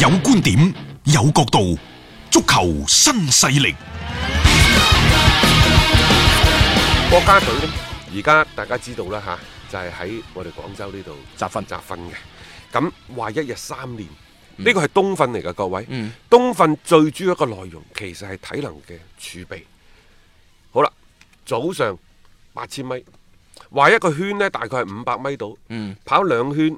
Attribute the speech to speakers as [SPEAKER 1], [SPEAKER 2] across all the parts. [SPEAKER 1] 有觀點，有角度，足球新勢力。
[SPEAKER 2] 國家隊呢，而家大家知道啦吓，就係、喺我哋廣州呢度
[SPEAKER 3] 集訓
[SPEAKER 2] 集訓嘅。咁話一日三練，呢個係冬訓嚟㗎，各位。
[SPEAKER 3] 嗯
[SPEAKER 2] 冬訓最主要一個內容其實係體能嘅儲備。好啦，早上八千米，話一個圈呢，大概係五百米度，
[SPEAKER 3] 嗯
[SPEAKER 2] 跑兩圈。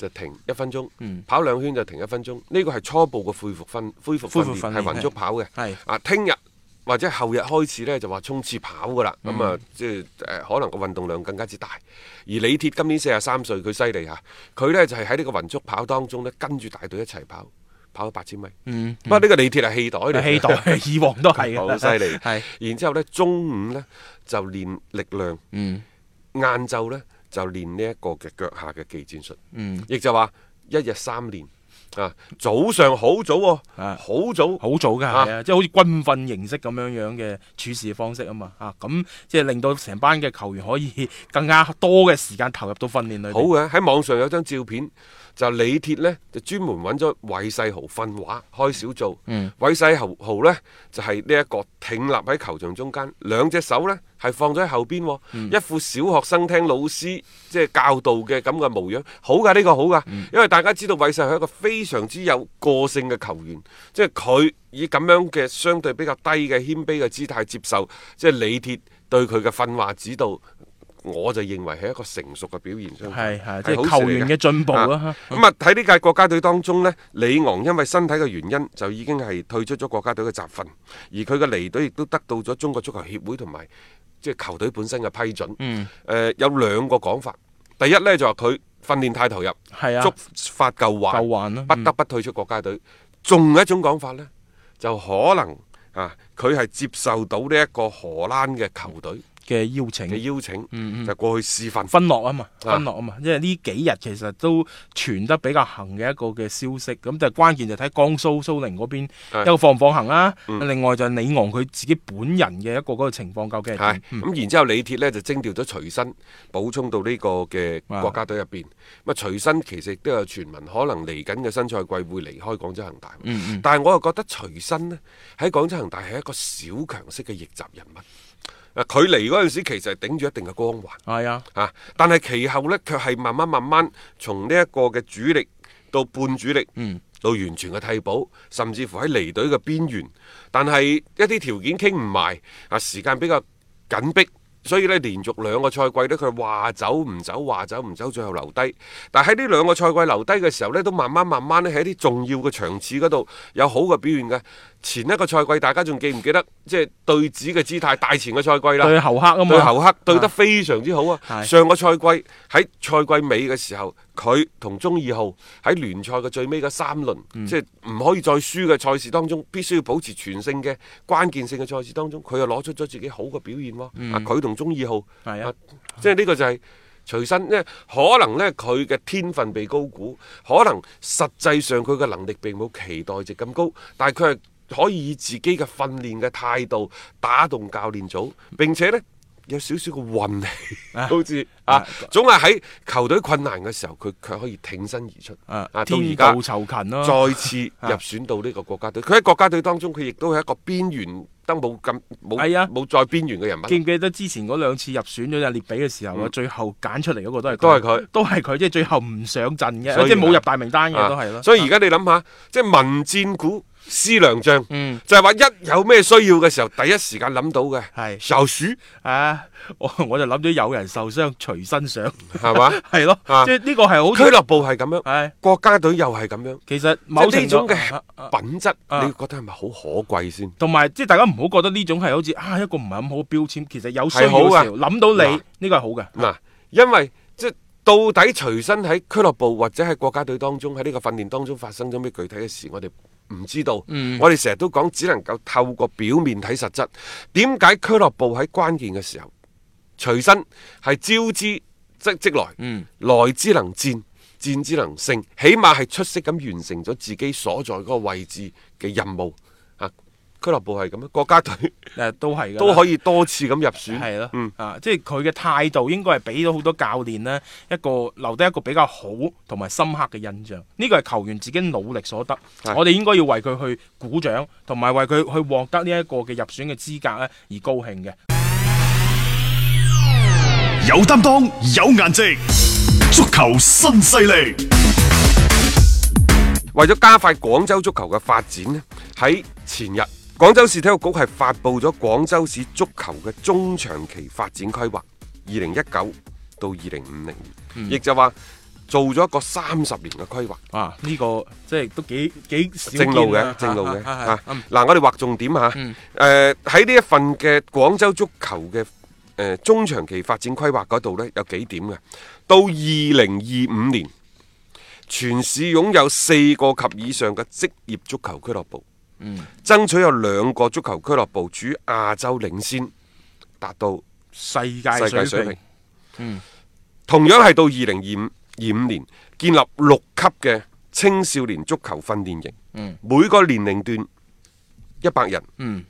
[SPEAKER 2] 就停一分鐘，
[SPEAKER 3] 嗯
[SPEAKER 2] 跑兩圈就停一分鐘。呢個係初步嘅恢復訓恢復
[SPEAKER 3] 恢
[SPEAKER 2] 訓
[SPEAKER 3] 復
[SPEAKER 2] 練，
[SPEAKER 3] 訓
[SPEAKER 2] 係
[SPEAKER 3] 練
[SPEAKER 2] 雲
[SPEAKER 3] 係
[SPEAKER 2] 足跑嘅。
[SPEAKER 3] 係
[SPEAKER 2] 啊，聽日或者後日開始呢，就話衝刺跑噶啦，
[SPEAKER 3] 嗯
[SPEAKER 2] 咁啊、即係誒、可能個運動量更加之大。而李鐵今年四十三歲，佢犀利嚇，佢呢就係喺呢個雲足跑當中呢，跟住大隊一齊跑，跑咗八千米。
[SPEAKER 3] 嗯，
[SPEAKER 2] 不過呢個李鐵係氣袋嚟嘅，
[SPEAKER 3] 氣 袋以往都係嘅
[SPEAKER 2] 好
[SPEAKER 3] 啊
[SPEAKER 2] 犀利。
[SPEAKER 3] 係
[SPEAKER 2] 然之後呢，中午呢就練力量，
[SPEAKER 3] 嗯
[SPEAKER 2] 晏晝呢就練呢一個嘅腳下嘅技戰術。
[SPEAKER 3] 嗯，
[SPEAKER 2] 亦就話一日三練啊，早上好早喎、
[SPEAKER 3] 啊
[SPEAKER 2] 好早
[SPEAKER 3] 好早㗎
[SPEAKER 2] 啊
[SPEAKER 3] 係啊，即係好似軍訓形式咁樣樣嘅處事方式啊嘛啊，咁即係令到成班嘅球員可以 更加多嘅時間投入到訓練裏邊。
[SPEAKER 2] 好嘅，喺網上有張照片，就李鐵呢，就專門揾咗韋世豪訓話開小灶。
[SPEAKER 3] 嗯
[SPEAKER 2] 韋世豪豪呢，就係呢一個挺立喺球場中間，兩隻手呢係放咗喺後邊喎，一副小學生聽老師即係教導嘅咁嘅模樣。好㗎，呢、個好㗎，因為大家知道韋世豪係一個非常之有個性嘅球員，即係佢以咁樣嘅相對比較低嘅謙卑嘅姿態接受，即係李鐵對佢嘅訓話指導。我就認為係一個成熟嘅表現相反，
[SPEAKER 3] 係係，即
[SPEAKER 2] 好
[SPEAKER 3] 係
[SPEAKER 2] 事嚟
[SPEAKER 3] 球員嘅進步啦。
[SPEAKER 2] 咁啊，喺呢屆國家隊當中呢，李昂因為身體嘅原因，就已經係退出咗國家隊嘅集訓，而佢嘅離隊亦都得到咗中國足球協會同埋即係球隊本身嘅批准。
[SPEAKER 3] 嗯，
[SPEAKER 2] 誒有兩個講法，第一呢，就話佢訓練太投入，
[SPEAKER 3] 係啊
[SPEAKER 2] 觸，發舊患，
[SPEAKER 3] 舊患啊嗯啦，
[SPEAKER 2] 不得不退出國家隊。仲有一種講法呢，就可能啊，佢係接受到呢一個荷蘭嘅球隊
[SPEAKER 3] 嘅邀請
[SPEAKER 2] 嘅邀請，
[SPEAKER 3] 嗯嗯
[SPEAKER 2] 就過去試訓。
[SPEAKER 3] 分落啊嘛，
[SPEAKER 2] 啊
[SPEAKER 3] 分落啊嘛，因為呢幾日其實都傳得比較行嘅一個嘅消息，咁就關鍵就睇江蘇蘇寧嗰邊
[SPEAKER 2] 係
[SPEAKER 3] 一個放唔放行啦，
[SPEAKER 2] 嗯
[SPEAKER 3] 另外就係李昂佢自己本人嘅一個嗰個情況究竟係
[SPEAKER 2] 係
[SPEAKER 3] 點？嗯
[SPEAKER 2] 咁，然之後李鐵呢就徵調咗徐新，補充到呢個嘅國家隊入邊。咁啊，徐新其實亦都有傳聞，可能嚟緊嘅新賽季會離開廣州恒大。
[SPEAKER 3] 嗯嗯
[SPEAKER 2] 但係我又覺得徐新呢喺廣州恒大係一個小強式嘅逆襲人物。啊佢嚟嗰陣時其實係頂住一定嘅光環
[SPEAKER 3] 係啊，
[SPEAKER 2] 啊，但係其後呢，卻係慢慢慢慢從呢一個嘅主力到半主力。
[SPEAKER 3] 嗯
[SPEAKER 2] 到完全嘅替補，甚至乎喺離隊嘅邊緣。但係一啲條件傾唔埋，啊時間比較緊迫，所以呢連續兩個賽季呢，佢話走唔走，話走唔走，最後留低。但喺呢兩個賽季留低嘅時候呢，都慢慢慢慢呢，喺一啲重要嘅場次嗰度有好嘅表現嘅。前一個賽季大家仲記唔記得，即係對子嘅姿態？大前個賽季啦，
[SPEAKER 3] 對侯克啊嘛，
[SPEAKER 2] 對侯克對得非常之好啊！
[SPEAKER 3] 係
[SPEAKER 2] 上個賽季喺賽季尾嘅時候，佢同中二號喺聯賽嘅最尾嘅三輪，
[SPEAKER 3] 嗯
[SPEAKER 2] 即係唔可以再輸嘅賽事當中，必須要保持全勝嘅關鍵性嘅賽事當中，佢又攞出咗自己好嘅表現喎。啊，佢同中二號，
[SPEAKER 3] 嗯係啊，
[SPEAKER 2] 即係呢個就係、隨身，因為可能呢，佢嘅天分被高估，可能實際上佢嘅能力並冇期待值咁高，但係佢係可以以自己嘅訓練嘅態度打動教練組，並且呢，有少少嘅運氣，
[SPEAKER 3] 啊
[SPEAKER 2] 好似啊
[SPEAKER 3] 啊，
[SPEAKER 2] 總係喺球隊困難嘅時候，佢卻可以挺身而出。
[SPEAKER 3] 啊
[SPEAKER 2] 啊到而
[SPEAKER 3] 天
[SPEAKER 2] 家
[SPEAKER 3] 道酬勤咯，啊
[SPEAKER 2] 再次入選到呢個國家隊，佢喺國家隊當中，佢亦都係一個邊緣得冇咁冇
[SPEAKER 3] 係啊
[SPEAKER 2] 冇再邊緣嘅人物。
[SPEAKER 3] 記唔記得之前嗰兩次入選咗就列比嘅時候啊，最後揀出嚟嗰個都係
[SPEAKER 2] 嗯都係佢
[SPEAKER 3] 都係佢，即係最後唔上陣嘅，
[SPEAKER 2] 所以
[SPEAKER 3] 即係冇入大名單嘅都係
[SPEAKER 2] 啊
[SPEAKER 3] 咯。
[SPEAKER 2] 所以而家你諗下，即係民戰鼓思良將，
[SPEAKER 3] 嗯
[SPEAKER 2] 就係話一有咩需要嘅時候，第一時間諗到嘅
[SPEAKER 3] 係
[SPEAKER 2] 受鼠
[SPEAKER 3] 啊，我我就諗咗有人受傷隨身上，
[SPEAKER 2] 係嘛？
[SPEAKER 3] 係咯
[SPEAKER 2] 啊，
[SPEAKER 3] 即係呢個係好
[SPEAKER 2] 俱樂部係咁樣，
[SPEAKER 3] 係
[SPEAKER 2] 國家隊又係咁樣，
[SPEAKER 3] 其實啊某
[SPEAKER 2] 即係呢
[SPEAKER 3] 程度
[SPEAKER 2] 種嘅
[SPEAKER 3] 啊啊啊
[SPEAKER 2] 品質，
[SPEAKER 3] 啊
[SPEAKER 2] 你覺得係咪好可貴先？
[SPEAKER 3] 同埋即係大家唔好覺得呢種係好似啊一個唔係咁好嘅標籤，其實有需要
[SPEAKER 2] 係好啊㗎
[SPEAKER 3] 嘅時候諗到
[SPEAKER 2] 嗱
[SPEAKER 3] 你呢個係好嘅。
[SPEAKER 2] 嗱，因為即係到底隨身喺俱樂部或者喺國家隊當中喺呢個訓練當中發生咗咩具體嘅事，我哋唔知道。
[SPEAKER 3] 嗯
[SPEAKER 2] 我哋成日都講，只能夠透過表面睇實質。點解俱樂部喺關鍵嘅時候，隨身係招之即即來，
[SPEAKER 3] 嗯
[SPEAKER 2] 來之能戰，戰之能勝，起碼係出色咁完成咗自己所在嗰個位置嘅任務啊！俱樂部係咁啊，國家隊
[SPEAKER 3] 誒都係㗎啦
[SPEAKER 2] 都可以多次咁入選，
[SPEAKER 3] 係咯，
[SPEAKER 2] 嗯
[SPEAKER 3] 啊，即係佢嘅態度應該係俾到好多教練呢一個留低一個比較好同埋深刻嘅印象。呢個係球員自己努力所得，
[SPEAKER 2] 係
[SPEAKER 3] 我哋應該要為佢去鼓掌，同埋為佢去獲得呢一個嘅入選嘅資格呢而高興嘅。
[SPEAKER 1] 有擔當，有顏值，足球新勢力。
[SPEAKER 2] 為咗加快廣州足球嘅發展咧，喺前日廣州市體育局係發布咗廣州市足球嘅中長期發展規劃，二零一九到二零五零年，亦、就話做咗一個三十年嘅規劃。
[SPEAKER 3] 啊，呢、個即係都幾幾少
[SPEAKER 2] 正路
[SPEAKER 3] 見
[SPEAKER 2] 嘅
[SPEAKER 3] 啊，
[SPEAKER 2] 正路嘅
[SPEAKER 3] 啊啊
[SPEAKER 2] 嚇
[SPEAKER 3] 啊嗯。
[SPEAKER 2] 嗱，我哋劃重點嚇。誒喺呢一份嘅廣州足球嘅誒中長期發展規劃嗰度呢，有幾點嘅。到二零二五年，全市擁有四個及以上嘅職業足球俱樂部，
[SPEAKER 3] 嗯
[SPEAKER 2] 爭取有兩個足球俱樂部處亞洲領先，達到
[SPEAKER 3] 世
[SPEAKER 2] 世界
[SPEAKER 3] 界
[SPEAKER 2] 水
[SPEAKER 3] 水
[SPEAKER 2] 平
[SPEAKER 3] 平。
[SPEAKER 2] 同樣係到二零二五二五年建立六級嘅青少年足球訓練營，
[SPEAKER 3] 嗯
[SPEAKER 2] 每個年齡段一百人，
[SPEAKER 3] 嗯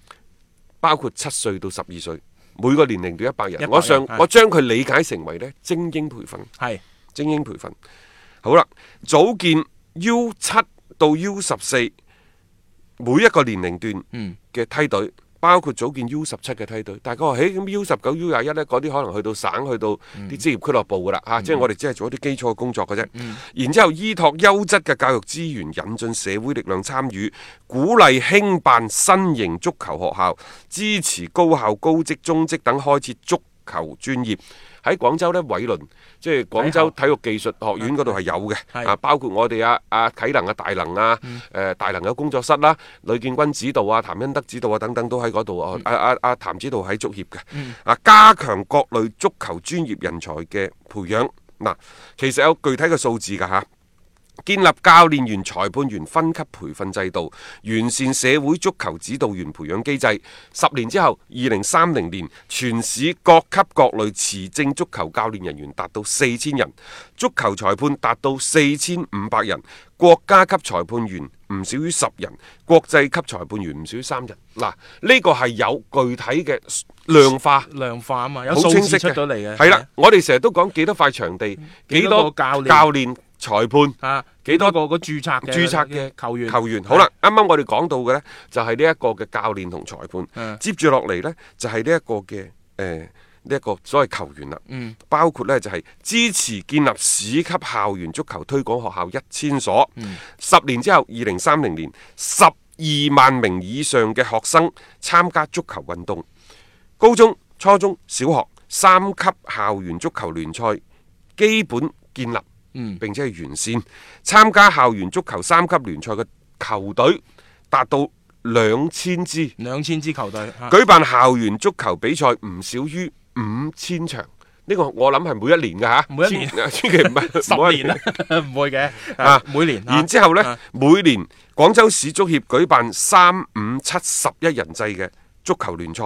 [SPEAKER 2] 包括七歲到十二歲，每個年齡段一百人。啊
[SPEAKER 3] 100
[SPEAKER 2] 我上
[SPEAKER 3] 人係
[SPEAKER 2] 我將佢理解成為咧精英培訓，
[SPEAKER 3] 係
[SPEAKER 2] 精英培訓。好啦，組建 U 七到 U 十四每一個年齡段
[SPEAKER 3] 嗯
[SPEAKER 2] 嘅梯隊。包括組建 U 十七嘅梯隊，大家話：，誒咁 U 十九、U 廿一呢嗰啲可能去到省、去到啲職業俱樂部噶啦，嚇、即係我哋只係做一啲基礎嘅工作嘅啫。然之後依託優質嘅教育資源，引進社會力量參與，鼓勵興辦新型足球學校，支持高校、高職、中職等開設足球專業。喺廣州呢，偉倫即係廣州體育技術學院嗰度係有嘅，
[SPEAKER 3] 係
[SPEAKER 2] 啊，包括我哋啊啊啟能啊大能啊，誒、大能有工作室啦、呂建軍指導啊、譚恩德指導啊等等都喺嗰度啊，啊啊啊譚指導喺足協嘅，啊加強各類足球專業人才嘅培養。嗱、其實有具體嘅數字㗎嚇。建立教練員、裁判員分級培訓制度，完善社會足球指導員培養機制。十年之後，二零三零年，全市各級各類持證足球教練人員達到四千人，足球裁判達到四千五百人，國家級裁判員唔少於十人，國際級裁判員唔少於三人。嗱，呢個係有具體嘅量化。
[SPEAKER 3] 量化啊嘛，有
[SPEAKER 2] 好
[SPEAKER 3] 數
[SPEAKER 2] 清晰
[SPEAKER 3] 字出到嚟嘅。嗯
[SPEAKER 2] 係啦，我哋成日都講幾多塊場地，幾
[SPEAKER 3] 幾
[SPEAKER 2] 多
[SPEAKER 3] 多個教練
[SPEAKER 2] 教練、裁判。
[SPEAKER 3] 啊，
[SPEAKER 2] 幾
[SPEAKER 3] 幾
[SPEAKER 2] 多
[SPEAKER 3] 多個個註冊嘅
[SPEAKER 2] 註冊嘅
[SPEAKER 3] 球員
[SPEAKER 2] 球員好啦，，啱啱我哋講到嘅呢，就係呢一個嘅教練同裁判，
[SPEAKER 3] 嗯
[SPEAKER 2] 接住落嚟呢，就係呢一個嘅誒呢一個所謂球員啦，
[SPEAKER 3] 嗯
[SPEAKER 2] 包括呢，就係支持建立市級校園足球推廣學校一千所，
[SPEAKER 3] 嗯
[SPEAKER 2] 十年之後二零三零年十二萬名以上嘅學生參加足球運動，高中、初中、小學三級校園足球聯賽基本建立。
[SPEAKER 3] 嗯
[SPEAKER 2] 並且係完善參加校園足球三級聯賽嘅球隊達到兩千支，
[SPEAKER 3] 兩千支球隊，啊
[SPEAKER 2] 舉辦校園足球比賽唔少於五千場。呢個我諗係每一年㗎吓，
[SPEAKER 3] 每一年
[SPEAKER 2] 千千祈唔係
[SPEAKER 3] 十年啊
[SPEAKER 2] 啦
[SPEAKER 3] 啦。，唔會嘅，
[SPEAKER 2] 啊
[SPEAKER 3] 啊，每年啊
[SPEAKER 2] 然之後呢
[SPEAKER 3] 啊，
[SPEAKER 2] 每年廣州市足協舉辦三五七十一人制嘅足球聯賽，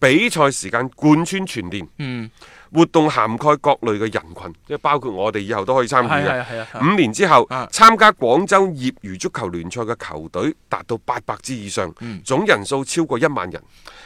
[SPEAKER 2] 比賽時間貫穿全年。
[SPEAKER 3] 嗯，
[SPEAKER 2] 活動涵蓋各類嘅人群，即係包括我哋以後都可以參與
[SPEAKER 3] 係
[SPEAKER 2] 嘅
[SPEAKER 3] 啊係啊。係啊
[SPEAKER 2] 五年之後，
[SPEAKER 3] 啊
[SPEAKER 2] 參加廣州業餘足球聯賽嘅球隊達到八百支以上，
[SPEAKER 3] 嗯
[SPEAKER 2] 總人數超過一萬人。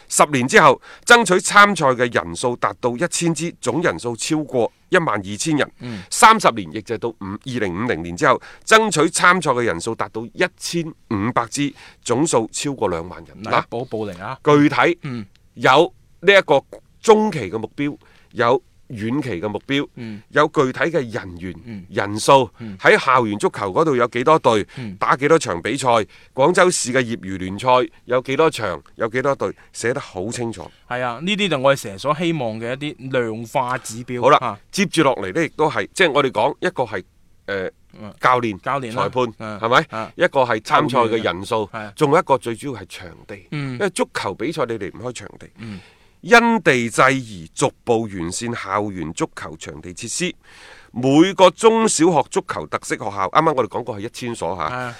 [SPEAKER 2] 十年之後，爭取參賽嘅人數達到一千支，總人數超過一萬二千人。
[SPEAKER 3] 嗯
[SPEAKER 2] 三十年，亦就係到五二零五零年之後，爭取參賽嘅人數達到一千五百支，總數超過兩萬人。
[SPEAKER 3] 嗱，一步一步嚟啊，
[SPEAKER 2] 具體，
[SPEAKER 3] 嗯
[SPEAKER 2] 有呢一個中期嘅目標，有遠期嘅目標，
[SPEAKER 3] 嗯
[SPEAKER 2] 有具體嘅人員、
[SPEAKER 3] 嗯嗯
[SPEAKER 2] 人數喺、校園足球嗰度有幾多隊、打幾多場比賽，廣州市嘅業餘聯賽有幾多場，有幾多隊，寫得好清楚。
[SPEAKER 3] 係啊，呢啲就我哋成日所希望嘅一啲量化指標。
[SPEAKER 2] 好啦，
[SPEAKER 3] 啊
[SPEAKER 2] 接住落嚟呢，亦都係即係我哋講一個係誒、呃
[SPEAKER 3] 嗯
[SPEAKER 2] 教練、
[SPEAKER 3] 教練啦
[SPEAKER 2] 裁判
[SPEAKER 3] 嗯
[SPEAKER 2] 係咪
[SPEAKER 3] 嗯？
[SPEAKER 2] 一個係參賽嘅人數
[SPEAKER 3] 係，
[SPEAKER 2] 仲有一個最主要係場地，
[SPEAKER 3] 嗯
[SPEAKER 2] 因為足球比賽你哋唔開場地。因地制宜，逐步完善校園足球場地設施。每個中小學足球特色學校，啱啱我哋講過係一千所嚇。
[SPEAKER 3] 啊，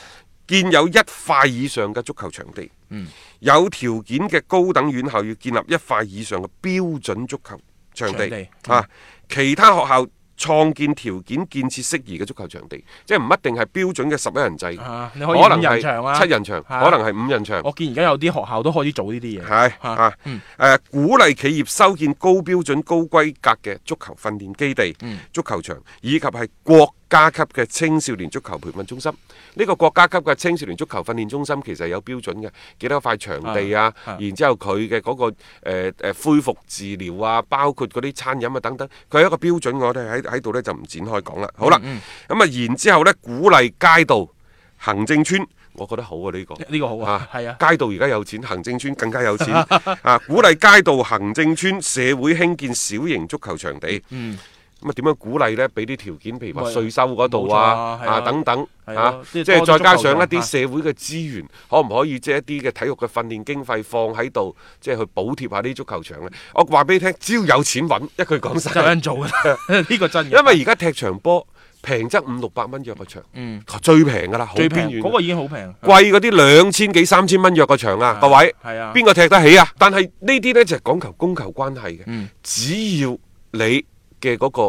[SPEAKER 2] 建有一塊以上嘅足球場地。
[SPEAKER 3] 嗯
[SPEAKER 2] 有條件嘅高等院校要建立一塊以上嘅標準足球場地。
[SPEAKER 3] 場地
[SPEAKER 2] 啊，其他學校創建條件建設適宜嘅足球場地，即係唔一定係標準嘅十一人制，
[SPEAKER 3] 啊你
[SPEAKER 2] 可
[SPEAKER 3] 可以
[SPEAKER 2] 能
[SPEAKER 3] 五人場啊
[SPEAKER 2] 係七人場，
[SPEAKER 3] 啊
[SPEAKER 2] 可能係五人場。
[SPEAKER 3] 我見而家有啲學校都開始做呢啲嘢。
[SPEAKER 2] 係
[SPEAKER 3] 嚇嗯
[SPEAKER 2] 啊，誒、鼓勵企業修建高標準、高規格嘅足球訓練基地、
[SPEAKER 3] 嗯
[SPEAKER 2] 足球場，以及係國家級嘅青少年足球培訓中心。呢、個國家級嘅青少年足球訓練中心其實係有標準嘅，幾多塊場地啊，
[SPEAKER 3] 啊
[SPEAKER 2] 然之後佢嘅嗰個誒、呃呃恢復治療啊，包括嗰啲餐飲啊等等，佢有一個標準，我哋喺喺度呢就唔展開講啦。好啦，咁啊、
[SPEAKER 3] 嗯
[SPEAKER 2] 然之後呢，鼓勵街道、行政村，我覺得好啊呢、個。
[SPEAKER 3] 呢個好啊，係啊，
[SPEAKER 2] 街道而家有錢，行政村更加 有錢啊！鼓勵街道行政村社會興建小型足球場地。嗯。咁啊，點樣鼓勵呢？俾啲條件，譬如話
[SPEAKER 3] 咪
[SPEAKER 2] 稅收嗰度
[SPEAKER 3] 冇
[SPEAKER 2] 啊，
[SPEAKER 3] 錯啊係啊
[SPEAKER 2] 啊等等
[SPEAKER 3] 係咯
[SPEAKER 2] 啊，
[SPEAKER 3] 即
[SPEAKER 2] 即
[SPEAKER 3] 係
[SPEAKER 2] 係
[SPEAKER 3] 多
[SPEAKER 2] 再
[SPEAKER 3] 啲
[SPEAKER 2] 加
[SPEAKER 3] 足球
[SPEAKER 2] 上一
[SPEAKER 3] 場
[SPEAKER 2] 啲
[SPEAKER 3] 啊
[SPEAKER 2] 社會嘅資源，可唔可以即係一啲嘅體育嘅訓練經費放喺度，即係去補貼下呢啲足球場呢？我話俾你聽，只要有錢揾，一句講
[SPEAKER 3] 就有
[SPEAKER 2] 晒。
[SPEAKER 3] 人做 嘅，呢個真嘅。
[SPEAKER 2] 因為而家踢場波平則五六百蚊約個場，
[SPEAKER 3] 嗯
[SPEAKER 2] 最平㗎啦，好啊
[SPEAKER 3] 最
[SPEAKER 2] 邊
[SPEAKER 3] 平
[SPEAKER 2] 緣㗎
[SPEAKER 3] 嗰個已經好平，
[SPEAKER 2] 貴嗰啲兩千幾三千蚊約個場啊，各位，
[SPEAKER 3] 係啊
[SPEAKER 2] 邊個踢得起啊？但係呢啲呢，就係講求供求關係嘅，
[SPEAKER 3] 嗯
[SPEAKER 2] 只要你嘅嗰、個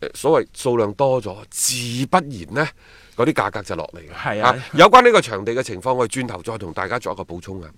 [SPEAKER 2] 呃所謂數量多咗，自不然呢，嗰啲價格就落嚟嘅。
[SPEAKER 3] 係啊
[SPEAKER 2] 有關呢個場地嘅情況，我哋轉頭再同大家作一個補充啊。